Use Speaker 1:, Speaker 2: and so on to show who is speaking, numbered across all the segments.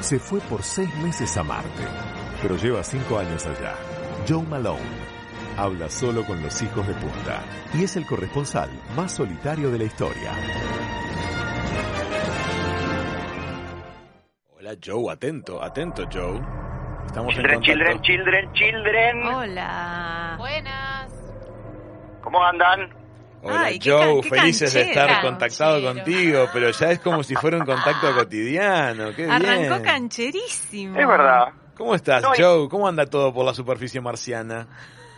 Speaker 1: Se fue por seis meses a Marte, pero lleva cinco años allá. Joe Malone habla solo con los hijos de punta y es el corresponsal más solitario de la historia.
Speaker 2: Hola Joe, atento, atento Joe. Estamos
Speaker 3: Children,
Speaker 2: en
Speaker 3: children,
Speaker 2: contacto.
Speaker 3: children, children.
Speaker 4: Hola.
Speaker 5: Buenas.
Speaker 3: ¿Cómo andan?
Speaker 2: Hola
Speaker 4: Ay, qué
Speaker 2: Joe,
Speaker 4: can- qué
Speaker 2: felices de
Speaker 4: canchero. Ah.
Speaker 2: estar contactado
Speaker 5: Canchero.
Speaker 2: contigo, pero ya es como si fuera un contacto cotidiano. Qué
Speaker 4: Arrancó
Speaker 2: bien.
Speaker 4: cancherísimo.
Speaker 3: Es verdad.
Speaker 2: ¿Cómo estás,
Speaker 3: No, y-
Speaker 2: Joe? ¿Cómo anda todo por la superficie marciana?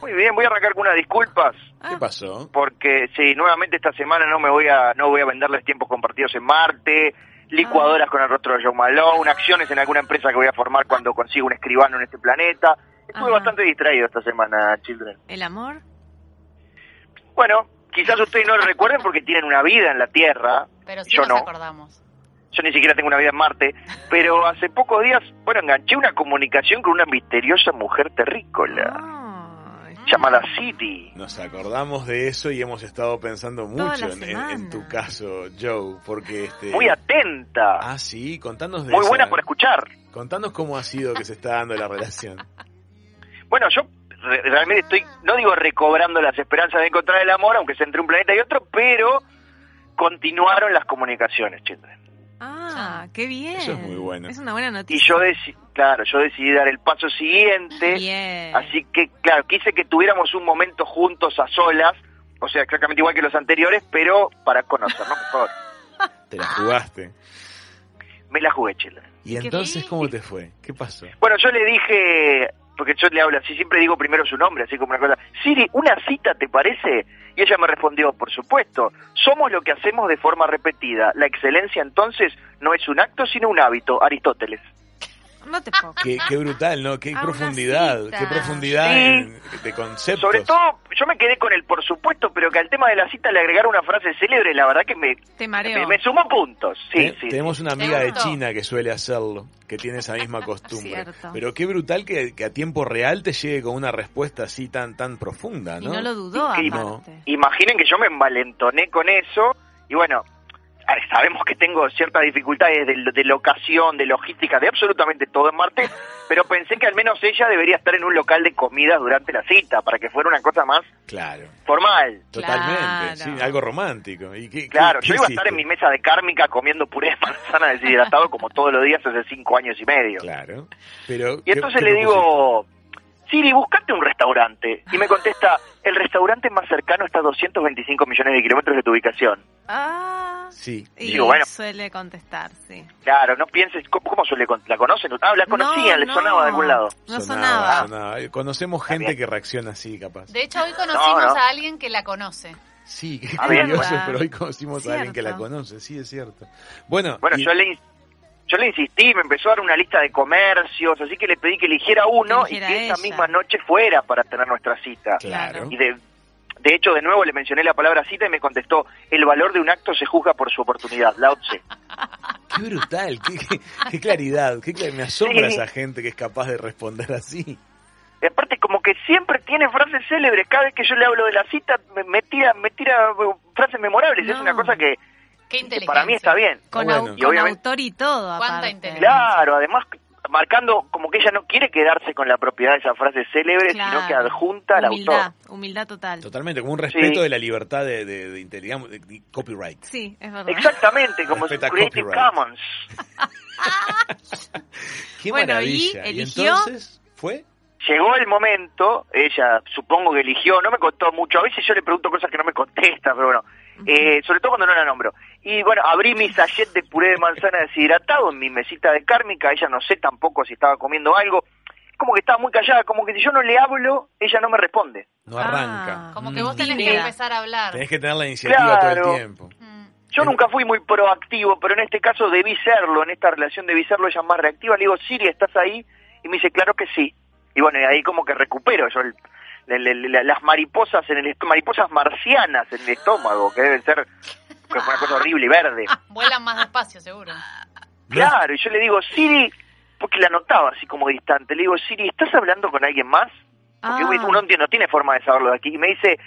Speaker 3: Muy bien, voy a arrancar con unas disculpas
Speaker 4: Ah.
Speaker 2: ¿Qué pasó?
Speaker 3: porque sí, nuevamente esta semana no me voy a no voy a venderles tiempos compartidos en Marte, licuadoras con el rostro de Joe Malone, acciones en alguna empresa que voy a formar cuando consiga un escribano en este planeta. Estuve
Speaker 4: Ajá.
Speaker 3: bastante distraído esta semana, children.
Speaker 4: ¿El amor?
Speaker 3: Bueno, quizás ustedes no lo recuerden porque tienen una vida en la Tierra.
Speaker 5: Pero sí
Speaker 3: yo
Speaker 5: nos
Speaker 3: no.
Speaker 5: acordamos.
Speaker 3: Yo ni siquiera tengo una vida en Marte. Pero hace pocos días, bueno, enganché una comunicación con una misteriosa mujer terrícola
Speaker 4: Ay,
Speaker 3: llamada City.
Speaker 2: Nos acordamos de eso y hemos estado pensando
Speaker 4: Toda
Speaker 2: mucho
Speaker 4: la
Speaker 2: en, en- en tu
Speaker 4: semana.
Speaker 2: caso, Joe, porque este...
Speaker 3: Muy atenta.
Speaker 2: Ah, sí, contanos de
Speaker 3: Muy
Speaker 2: esa-
Speaker 3: buena por escuchar.
Speaker 2: Contanos cómo ha sido que se está dando la relación.
Speaker 3: Bueno, yo re- realmente estoy, no digo recobrando las esperanzas de encontrar el amor, aunque sea entre un planeta y otro, pero continuaron las comunicaciones, children.
Speaker 4: Ah, qué bien.
Speaker 2: Eso es muy bueno.
Speaker 4: Es una buena
Speaker 3: Y
Speaker 4: noticia.
Speaker 3: yo deci- claro, yo decidí dar el paso siguiente.
Speaker 4: Ah, Bien.
Speaker 3: Así que, claro, quise que tuviéramos un momento juntos a solas, o sea, exactamente igual que los anteriores, pero para conocernos mejor.
Speaker 2: Te la jugaste.
Speaker 3: Me la jugué, children.
Speaker 2: ¿Y
Speaker 5: qué
Speaker 2: entonces
Speaker 5: bien.
Speaker 2: cómo te fue? ¿Qué pasó?
Speaker 3: Bueno, yo le dije, porque yo le hablo así, siempre digo primero su nombre, así como una cosa, Siri, ¿una cita te parece? Y ella me respondió, por supuesto, somos lo que hacemos de forma repetida. La excelencia entonces no es un acto, sino un hábito, Aristóteles.
Speaker 4: No te puedo.
Speaker 2: Qué, qué brutal, ¿no? Qué
Speaker 4: A una
Speaker 2: profundidad,
Speaker 4: cita.
Speaker 2: qué profundidad
Speaker 3: Sí.
Speaker 2: en- de conceptos.
Speaker 3: Sobre todo, yo me quedé con el por supuesto, pero que al tema de la cita le agregaron una frase célebre, la verdad que me, me,
Speaker 4: Te mareo.
Speaker 3: me sumó puntos. Sí,
Speaker 2: Te-
Speaker 3: sí.
Speaker 2: ¿Eh? tenemos una amiga de
Speaker 5: Cierto.
Speaker 2: China que suele hacerlo, que tiene esa misma costumbre.
Speaker 4: Cierto.
Speaker 2: Pero qué brutal que, que a tiempo real te llegue con una respuesta así tan tan profunda,
Speaker 4: Y
Speaker 2: Ah, ¿no?
Speaker 4: no lo dudó,
Speaker 3: Sí,
Speaker 2: no.
Speaker 4: aparte.
Speaker 3: Imaginen que yo me envalentoné con eso y bueno, a ver, sabemos que tengo ciertas dificultades de, de locación, de logística, de absolutamente todo en Marte, pero pensé que al menos ella debería estar en un local de comidas durante la cita para que fuera una cosa más
Speaker 2: Claro,
Speaker 3: formal.
Speaker 2: totalmente,
Speaker 4: Claro.
Speaker 2: sí, algo romántico. ¿Y qué- qué-
Speaker 3: Claro,
Speaker 2: qué
Speaker 3: yo iba a estar
Speaker 2: hiciste?
Speaker 3: en mi mesa de cármica comiendo puré de manzana deshidratado como todos los días hace cinco años y medio.
Speaker 2: Claro, pero...
Speaker 3: Y
Speaker 2: ¿qué-
Speaker 3: entonces
Speaker 2: qué
Speaker 3: le
Speaker 2: propusiste?
Speaker 3: digo, Siri, buscate un restaurante. Y me contesta, el restaurante más cercano está a 225 millones de kilómetros de tu ubicación.
Speaker 4: Ah.
Speaker 2: Sí,
Speaker 4: Y
Speaker 3: Digo, bueno.
Speaker 4: suele contestar, sí.
Speaker 3: Claro, no pienses, ¿cómo, cómo suele con- ¿La conocen? Ah, la conocían,
Speaker 4: No,
Speaker 3: le sonaba
Speaker 4: no.
Speaker 3: de algún lado. Ah,
Speaker 4: No
Speaker 2: sonaba,
Speaker 4: sonaba.
Speaker 2: sonaba. Conocemos
Speaker 3: Está
Speaker 2: gente
Speaker 3: bien.
Speaker 2: que reacciona así, capaz.
Speaker 5: De hecho, hoy conocimos
Speaker 3: No, no.
Speaker 5: a alguien que la conoce.
Speaker 2: Sí, qué
Speaker 3: Ah, bien.
Speaker 2: curioso,
Speaker 4: Verdad.
Speaker 2: pero hoy conocimos a alguien que la
Speaker 4: Cierto.
Speaker 2: conoce, sí, es cierto. Bueno,
Speaker 3: Bueno,
Speaker 2: y-
Speaker 3: yo le, ins- yo le insistí, me empezó a dar una lista de comercios, así que le pedí que eligiera uno
Speaker 4: Que eligiera
Speaker 3: y que esa
Speaker 4: ella.
Speaker 3: misma noche fuera para tener nuestra cita.
Speaker 2: claro.
Speaker 3: Y de, de hecho, de nuevo le mencioné la palabra cita y me contestó, el valor de un acto se juzga por su oportunidad, Lao Tse.
Speaker 2: Qué brutal, qué, qué- qué claridad, qué cla- me asombra
Speaker 3: Sí.
Speaker 2: esa gente que es capaz de responder así.
Speaker 3: Y aparte, como que siempre tiene frases célebres. Cada vez que yo le hablo de la cita, me, me tira, me tira eh, frases memorables.
Speaker 4: No.
Speaker 3: Es una cosa que,
Speaker 5: Qué
Speaker 3: que
Speaker 5: inteligente.
Speaker 3: para mí está bien.
Speaker 4: Con,
Speaker 2: Ah, Bueno.
Speaker 4: au-
Speaker 2: Y
Speaker 4: con
Speaker 3: obviamente-
Speaker 4: autor y todo,
Speaker 5: Cuánta
Speaker 4: aparte.
Speaker 5: inteligencia.
Speaker 3: Claro, además marcando como que ella no quiere quedarse con la propiedad de esa frase célebre, sino que
Speaker 4: Claro.
Speaker 3: adjunta al
Speaker 4: humildad,
Speaker 3: autor.
Speaker 4: Humildad total.
Speaker 2: Totalmente, como un respeto
Speaker 3: Sí.
Speaker 2: de la libertad de, de, de inte- digamos, de- de copyright.
Speaker 4: Sí, es verdad.
Speaker 3: Exactamente, como su
Speaker 2: Respeta
Speaker 3: Creative
Speaker 2: copyright.
Speaker 3: Commons.
Speaker 2: Qué
Speaker 4: Bueno, y
Speaker 2: maravilla.
Speaker 4: eligió-
Speaker 2: entonces fue
Speaker 3: Llegó el momento, ella supongo que eligió, no me contó mucho, a veces yo le pregunto cosas que no me contesta, pero bueno, eh, sobre todo cuando no la nombro. Y bueno, abrí mi sachet de puré de manzana deshidratado en mi mesita de cármica, ella no sé tampoco si estaba comiendo algo, como que estaba muy callada, como que si yo no le hablo, ella no me responde.
Speaker 2: no
Speaker 4: Ah.
Speaker 2: arranca.
Speaker 5: Como que
Speaker 2: Mm.
Speaker 5: vos tenés que
Speaker 4: Tímida.
Speaker 5: empezar a hablar.
Speaker 2: Tenés que tener la iniciativa todo
Speaker 3: Claro.
Speaker 2: el tiempo.
Speaker 5: Mm.
Speaker 3: Yo
Speaker 2: Es-
Speaker 3: nunca fui muy proactivo, pero en este caso debí serlo, en esta relación debí serlo, ella es más reactiva, le digo, Siri, ¿estás ahí? Y me dice, claro que sí. Y bueno, y ahí como que recupero yo el- el- el- la- las mariposas en el est- mariposas marcianas en el estómago, que deben ser que fue una cosa horrible y verde.
Speaker 5: Ah, Vuelan más despacio, seguro.
Speaker 3: Claro, y yo le digo, Siri, porque la notaba así como distante, le digo, Siri, ¿estás hablando con alguien más? Porque
Speaker 4: Ah,
Speaker 3: uno no tiene, no tiene forma de saberlo de aquí. Y me dice,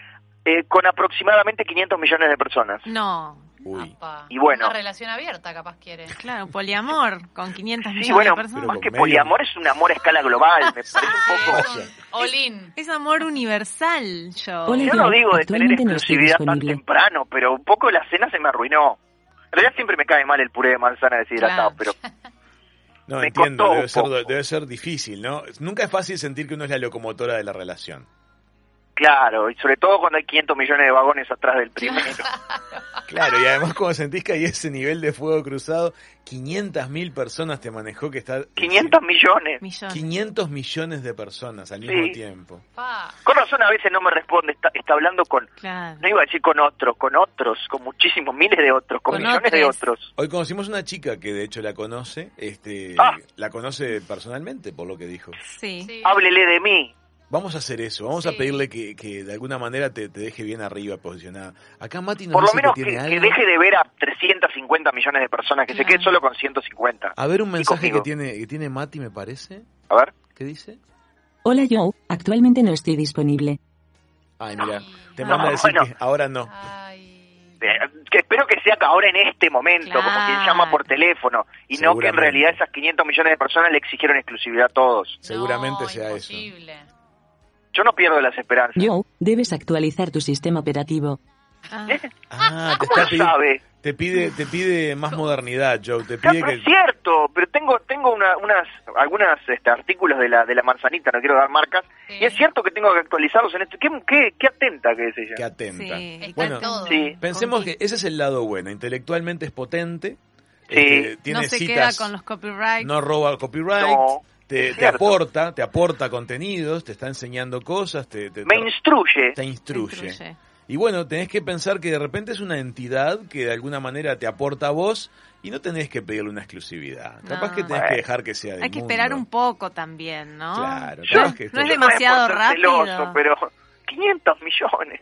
Speaker 3: eh, con aproximadamente 500 millones de personas.
Speaker 4: No.
Speaker 2: Uy.
Speaker 5: Apa.
Speaker 3: Y bueno.
Speaker 5: Una relación abierta, capaz quiere.
Speaker 4: Claro, poliamor con 500 millones
Speaker 3: Sí, bueno,
Speaker 4: de personas.
Speaker 3: más
Speaker 2: pero
Speaker 3: que
Speaker 2: con medio-
Speaker 3: poliamor es un amor a escala global, me parece un poco...
Speaker 5: Ay, un Olin.
Speaker 4: Es amor universal, yo.
Speaker 6: Hola.
Speaker 3: Yo no digo de tener
Speaker 6: Actualmente no estoy
Speaker 3: exclusividad tan
Speaker 6: disponible.
Speaker 3: temprano, pero un poco la cena se me arruinó. En realidad siempre me cae mal el puré de manzana deshidratado,
Speaker 5: Claro.
Speaker 3: pero
Speaker 2: No,
Speaker 3: Ah. Me
Speaker 2: entiendo,
Speaker 3: costó
Speaker 2: debe
Speaker 3: un
Speaker 2: ser,
Speaker 3: poco.
Speaker 2: debe ser difícil, ¿no? Nunca es fácil sentir que uno es la locomotora de la relación.
Speaker 3: claro, y sobre todo cuando hay 500 millones de vagones atrás del primero.
Speaker 2: Claro, y además cuando sentís que hay ese nivel de fuego cruzado, 500.000 personas te manejó que está...
Speaker 3: 500 millones.
Speaker 4: Millones.
Speaker 2: 500 millones de personas al mismo
Speaker 3: Sí.
Speaker 2: tiempo.
Speaker 5: Pa.
Speaker 3: Con razón a veces no me responde, está, está hablando con,
Speaker 4: Claro.
Speaker 3: no iba a decir con otros, con otros, con muchísimos miles de otros, con,
Speaker 4: Con
Speaker 3: millones de
Speaker 4: otros.
Speaker 3: otros.
Speaker 2: Hoy conocimos una chica que de hecho la conoce, este,
Speaker 3: Ah.
Speaker 2: la conoce personalmente por lo que dijo.
Speaker 4: Sí.
Speaker 5: Sí.
Speaker 3: Háblele de mí.
Speaker 2: Vamos a hacer eso, vamos a
Speaker 5: Sí.
Speaker 2: pedirle que, que de alguna manera te, te deje bien arriba posicionada. Acá Mati nos
Speaker 3: Por lo
Speaker 2: dice
Speaker 3: menos
Speaker 2: que
Speaker 3: que,
Speaker 2: tiene
Speaker 3: que
Speaker 2: algo.
Speaker 3: deje de ver a 350 millones de personas, que se
Speaker 4: Claro.
Speaker 3: quede solo con 150.
Speaker 2: A ver un mensaje que
Speaker 3: conmigo.
Speaker 2: tiene, que tiene Mati, me parece.
Speaker 3: A ver.
Speaker 2: ¿Qué dice?
Speaker 6: Hola Joe, actualmente no estoy disponible.
Speaker 2: Ay, mira, te
Speaker 5: Ah,
Speaker 2: manda a decir
Speaker 3: bueno.
Speaker 2: que ahora no.
Speaker 5: Ay.
Speaker 3: Eh, que espero que sea ahora en este momento, como quien
Speaker 4: Claro.
Speaker 3: llama por teléfono, y no que en
Speaker 2: Seguramente.
Speaker 3: realidad esas 500 millones de personas le exigieron exclusividad a todos.
Speaker 2: Seguramente
Speaker 5: No,
Speaker 2: sea eso.
Speaker 5: imposible.
Speaker 3: Yo no pierdo las esperanzas.
Speaker 6: Joe, debes actualizar tu sistema operativo.
Speaker 4: Ah,
Speaker 2: Ah, te,
Speaker 3: ¿Cómo
Speaker 2: está
Speaker 3: lo
Speaker 2: pidiendo,
Speaker 3: sabe?
Speaker 2: te pide, te pide más modernidad, Joe. Te
Speaker 3: No,
Speaker 2: pide
Speaker 3: pero es
Speaker 2: que.
Speaker 3: cierto, pero tengo tengo una- unas algunas este, artículos de la de la manzanita, no quiero dar marcas,
Speaker 5: Sí.
Speaker 3: y es cierto que tengo que actualizarlos en esto. ¿Qué, qué, qué atenta que es
Speaker 2: que
Speaker 3: ella?
Speaker 2: atenta.
Speaker 4: sí.
Speaker 5: Está
Speaker 2: Bueno,
Speaker 5: en todo.
Speaker 3: sí.
Speaker 2: Pensemos que
Speaker 4: Conquista.
Speaker 2: ese es el lado bueno. Intelectualmente es potente.
Speaker 3: Sí.
Speaker 2: este, tiene
Speaker 4: No se
Speaker 2: citas.
Speaker 4: queda con los copyrights.
Speaker 2: no roba copyright.
Speaker 3: No,
Speaker 2: te,
Speaker 3: es
Speaker 2: te
Speaker 3: cierto.
Speaker 2: aporta, te aporta contenidos, te está enseñando cosas, te, te,
Speaker 3: Me instruye.
Speaker 2: te
Speaker 4: se
Speaker 2: instruye. Y bueno, tenés que pensar que de repente es una entidad que de alguna manera te aporta a vos y no tenés que pedirle una exclusividad.
Speaker 4: No.
Speaker 2: Capaz que tenés que
Speaker 3: Bueno.
Speaker 2: dejar que sea del
Speaker 4: Hay que esperar un
Speaker 2: mundo.
Speaker 4: poco también, ¿no?
Speaker 2: Claro,
Speaker 4: no,
Speaker 2: capaz que esto-
Speaker 4: no es
Speaker 3: Yo no es
Speaker 4: demasiado
Speaker 3: por ser
Speaker 4: rápido.
Speaker 3: celoso, pero 500 millones.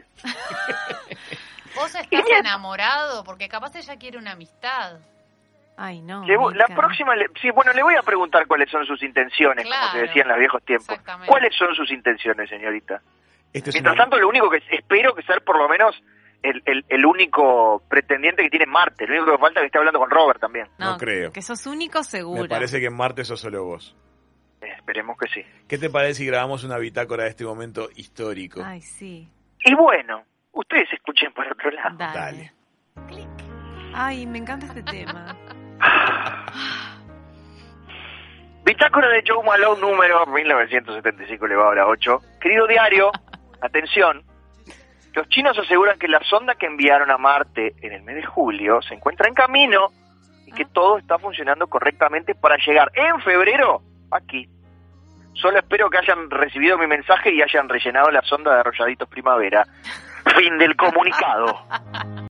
Speaker 5: Vos
Speaker 3: Y
Speaker 5: estás
Speaker 3: bien.
Speaker 5: enamorado porque capaz ella quiere una amistad.
Speaker 4: Ay, no.
Speaker 3: Ah, Le vo- la
Speaker 4: Mica.
Speaker 3: próxima, le- sí, bueno, le voy a preguntar cuáles son sus intenciones, como se
Speaker 5: Claro.
Speaker 3: decía en los viejos tiempos.
Speaker 5: Exactamente.
Speaker 3: ¿Cuáles son sus intenciones, señorita?
Speaker 2: Este es
Speaker 3: Mientras
Speaker 2: un-
Speaker 3: tanto, lo único que espero que sea por lo menos el, el, el único pretendiente que tiene Marte. Lo único que falta es que esté hablando con Robert también.
Speaker 2: no creo.
Speaker 4: Que sos único seguro.
Speaker 2: me parece que en Marte sos solo vos.
Speaker 3: Eh, Esperemos que sí.
Speaker 2: ¿Qué te parece si grabamos una bitácora de este momento histórico?
Speaker 4: Ay, sí.
Speaker 3: Y bueno, ustedes escuchen por otro lado.
Speaker 4: Dale.
Speaker 2: Dale.
Speaker 4: Ay, me encanta este tema.
Speaker 3: Bitácora de Joe Malone número 1975 elevado a la 8. Querido diario, atención. Los chinos aseguran que la sonda que enviaron a Marte en el mes de julio se encuentra en camino y que todo está funcionando correctamente para llegar en febrero aquí. Solo espero que hayan recibido mi mensaje y hayan rellenado la sonda de arrolladitos primavera. Fin del comunicado.